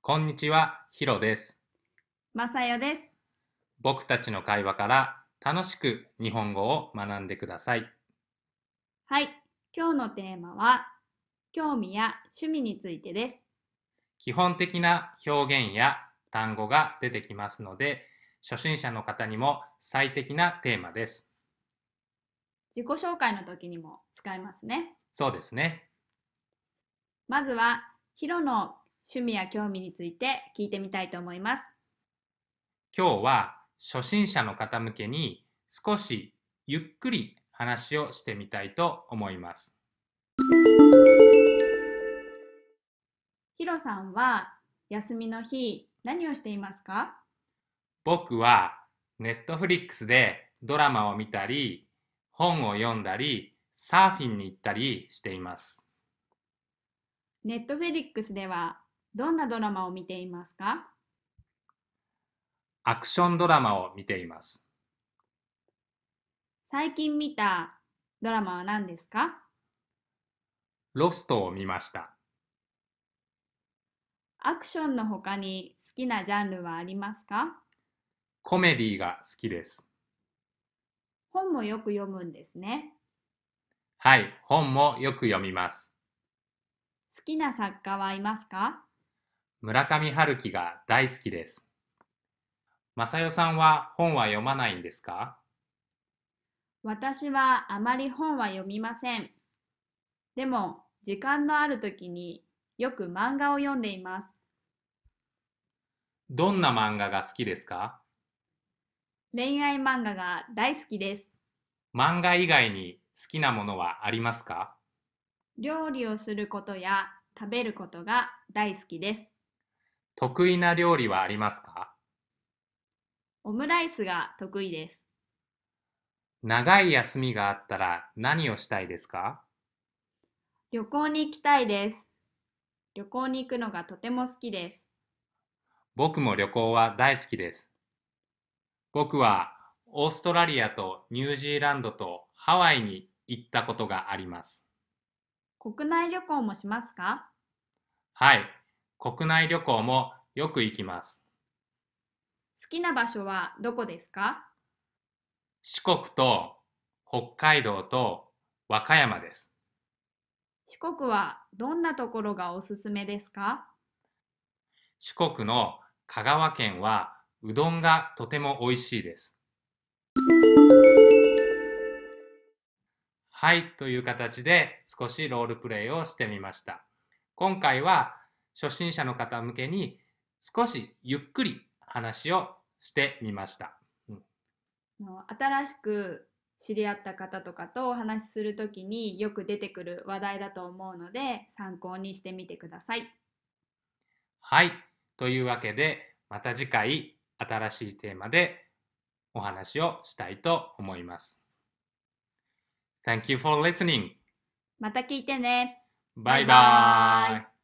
こんにちは、ヒロです。まさよです。僕たちの会話から楽しく日本語を学んでください。はい、今日のテーマは興味や趣味についてです。基本的な表現や単語が出てきますので、初心者の方にも最適なテーマです。自己紹介の時にも使えますね。そうですね。まずはヒロの趣味や興味について聞いてみたいと思います。今日は初心者の方向けに少しゆっくり話をしてみたいと思います。ヒロさんは休みの日何をしていますか僕はネットフリックスでドラマを見たり、本を読んだり、サーフィンに行ったりしています。ネットフェリックスではどんなドラマを見ていますかアクションドラマを見ています。最近見たドラマは何ですかロストを見ました。アクションの他に好きなジャンルはありますかコメディが好きです。本もよく読むんですね。はい、本もよく読みます。好きな作家はいますか村上春樹が大好きです。まさよさんは本は読まないんですか私はあまり本は読みません。でも、時間のある時によく漫画を読んでいます。どんな漫画が好きですか恋愛漫画が大好きです。漫画以外に好きなものはありますか料理をすることや食べることが大好きです。得意な料理はありますかオムライスが得意です。長い休みがあったら何をしたいですか旅行に行きたいです。旅行に行くのがとても好きです。僕も旅行は大好きです。僕はオーストラリアとニュージーランドとハワイに行ったことがあります。国内旅行もしますかはい、国内旅行もよく行きます。好きな場所はどこですか四国と北海道と和歌山です。四国はどんなところがおすすめですか四国の香川県はうどんがとても美味しいです。はい、という形で少しロールプレイをしてみました。今回は初心者の方向けに少しゆっくり話をしてみました。あの新しく知り合った方とかとお話しするときによく出てくる話題だと思うので参考にしてみてください。はい。というわけで、また次回新しいテーマでお話をしたいと思います。Thank you for listening. また聞いてね。バイバイ。バイバイ